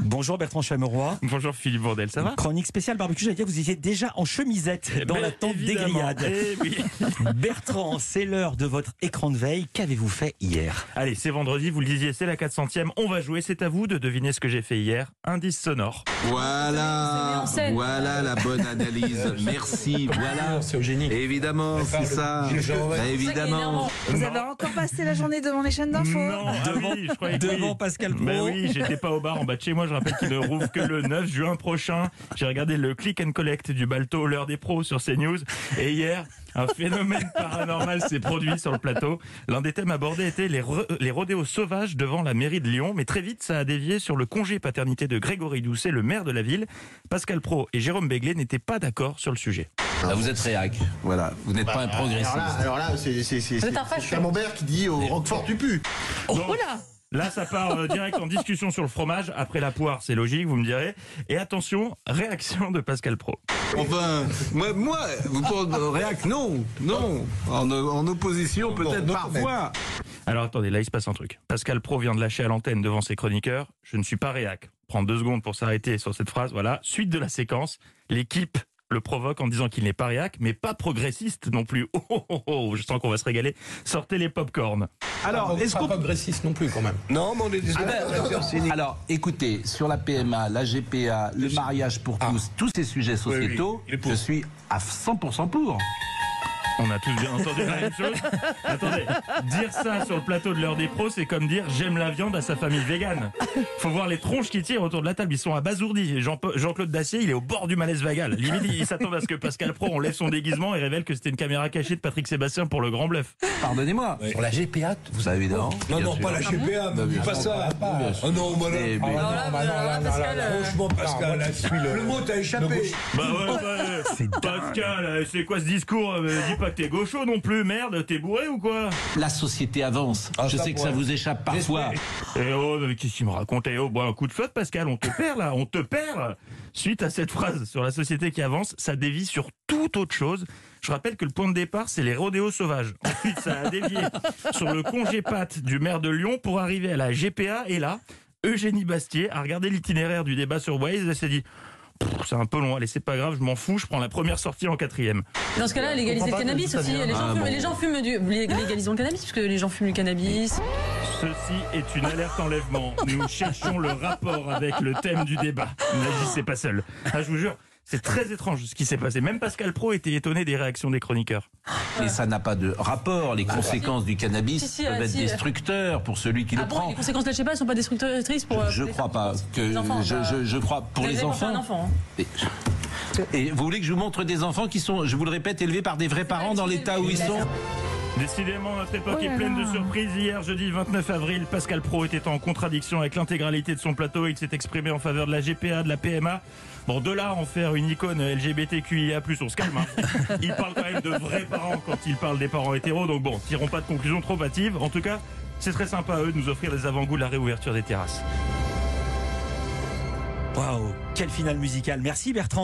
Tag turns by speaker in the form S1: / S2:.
S1: Bonjour Bertrand Chameroy.
S2: Bonjour Philippe Bordel, ça va
S1: Chronique spéciale barbecue, j'allais dire, vous étiez déjà en chemisette dans
S2: Ben,
S1: la tente des
S2: évidemment.
S1: grillades.
S2: Eh oui.
S1: Bertrand, c'est l'heure de votre écran de veille. Qu'avez-vous fait hier
S2: Allez, c'est vendredi, vous le disiez, c'est la 400e. On va jouer, c'est à vous de deviner ce que j'ai fait hier. Indice sonore.
S3: Voilà,
S4: Vous avez- vous avez en scène.
S3: voilà la bonne analyse. Merci, voilà.
S5: C'est au génie.
S3: Évidemment, c'est ça.
S5: Gilles Jean-Romain.
S3: Bah, évidemment.
S6: Vous avez encore passé la journée devant les chaînes d'infos
S2: Non, ah oui, je croyais que oui.
S1: Devant Pascal Pro.
S2: Ben oui, j'étais pas au bar en bas de chez moi. Je rappelle qu'il ne rouvre que le 9 juin prochain. J'ai regardé le click and collect du Balto, l'heure des pros sur CNews. Et hier, un phénomène paranormal s'est produit sur le plateau. L'un des thèmes abordés était les, re- les rodéos sauvages devant la mairie de Lyon. Mais très vite, ça a dévié sur le congé paternité de Grégory Doucet, le maire de la ville. Pascal Pro et Jérôme Béglé n'étaient pas d'accord sur le sujet.
S7: vous êtes réac.
S3: Voilà, vous n'êtes pas un progressiste.
S8: Alors là, alors là c'est c'est- c'est-
S4: êtes un
S8: c'est
S4: facho.
S8: Camembert qui dit au Roquefort tu pues.
S2: Donc, Là, ça part euh, direct en discussion sur le fromage. Après la poire, c'est logique, vous me direz. Et attention, réaction de Pascal Pro.
S3: Enfin, moi, moi vous pensez, euh, réac, non, non. En, en opposition, peut-être parfois.
S2: Alors attendez, là il se passe un truc. Pascal Pro vient de lâcher à l'antenne devant ses chroniqueurs. Je ne suis pas réac. Prends deux secondes pour s'arrêter sur cette phrase. Voilà. Suite de la séquence, l'équipe le provoque en disant qu'il n'est pas réac, mais pas progressiste non plus. Oh, oh, oh, oh, je sens qu'on va se régaler. Sortez les pop-corns.
S3: Alors, est-ce qu'on.
S5: progressiste non plus quand même
S7: Non, mais on est des
S3: Alors, écoutez, sur la PMA, la GPA, le mariage pour
S7: Ah.
S3: tous, tous ces sujets sociétaux,
S7: oui, il est pour.
S3: je suis à 100% pour.
S2: On a tous bien entendu la même chose. Attendez, dire ça sur le plateau de l'heure des pros, c'est comme dire j'aime la viande à sa famille végane. Faut voir les tronches qui tirent autour de la table, ils sont abasourdis. Jean- Jean-Claude Dacier, il est au bord du malaise vagal. Limite, il s'attend à ce que Pascal Pro enlève son déguisement et révèle que c'était une caméra cachée de Patrick Sébastien pour le grand bluff.
S3: Pardonnez-moi.
S5: Sur la GPA
S3: Vous avez non
S5: Non, non, pas la GPA, ne dis pas ça. Oh non, moi là.
S3: Mais- mais-
S4: Oh
S5: Ah, non, bah, non, là, là, là,
S4: euh,
S5: Franchement, Pascal, le mot t'a échappé.
S2: Bah ouais, ouais. Pascal, euh, c'est quoi ce discours Euh, Dis pas que t'es gaucho non plus, merde, t'es bourré ou quoi
S3: La société avance.
S5: Ah,
S3: je
S5: ça
S3: sais que ça
S5: pourrait.
S3: vous échappe parfois.
S2: Eh oh, mais qu'est-ce qu'il me raconte Eh oh, bois un coup de flotte, Pascal, on te perd là, on te perd Suite à cette phrase sur la société qui avance, ça dévie sur toute autre chose. Je rappelle que le point de départ, c'est les rodéos sauvages. Ensuite, ça a dévié sur le congé pâte du maire de Lyon pour arriver à la GPA. Et là, Eugénie Bastier a regardé l'itinéraire du débat sur Waze et s'est dit Pff, c'est un peu long, allez, c'est pas grave, je m'en fous, je prends la première sortie en quatrième.
S4: Dans ce cas-là, légaliser le cannabis aussi. Les gens, fument, les gens fument du. Légalisons le cannabis, puisque les gens fument du cannabis.
S2: Ceci est une alerte enlèvement. Nous cherchons le rapport avec le thème du débat. N'agissez pas seul. Ah, je vous jure, c'est très étrange ce qui s'est passé. Même Pascal Pro était étonné des réactions des chroniqueurs.
S3: Et ça n'a pas de rapport. Les conséquences du cannabis
S4: Si, si,
S3: peuvent
S4: euh,
S3: être
S4: si, euh.
S3: destructeurs pour celui qui
S4: Ah
S3: le
S4: bon,
S3: prend.
S4: les conséquences de la GPA sont pas destructrices pour. euh,
S3: je
S4: pour les
S3: crois
S4: enfants.
S3: pas que
S4: Les enfants,
S3: je,
S4: bah,
S3: je- je crois pour
S4: vous
S3: les
S4: avez pas fait
S3: enfants.
S4: un enfant, hein.
S3: Et, et vous voulez que je vous montre des enfants qui sont, je vous le répète, élevés par des vrais parents dans l'état où ils sont.
S2: Décidément, notre époque
S6: Oh là
S2: est pleine
S6: là.
S2: de surprises. Hier, jeudi 29 avril, Pascal Pro était en contradiction avec l'intégralité de son plateau. Il s'est exprimé en faveur de la GPA, de la PMA. Bon, de là à en faire une icône LGBTQIA+, on se calme. hein. Il parle quand même de vrais parents quand il parle des parents hétéros. Donc bon, tirons pas de conclusions trop hâtives. En tout cas, c'est très sympa à eux de nous offrir des avant-goûts de la réouverture des terrasses.
S1: Waouh, quelle finale musicale. Merci Bertrand.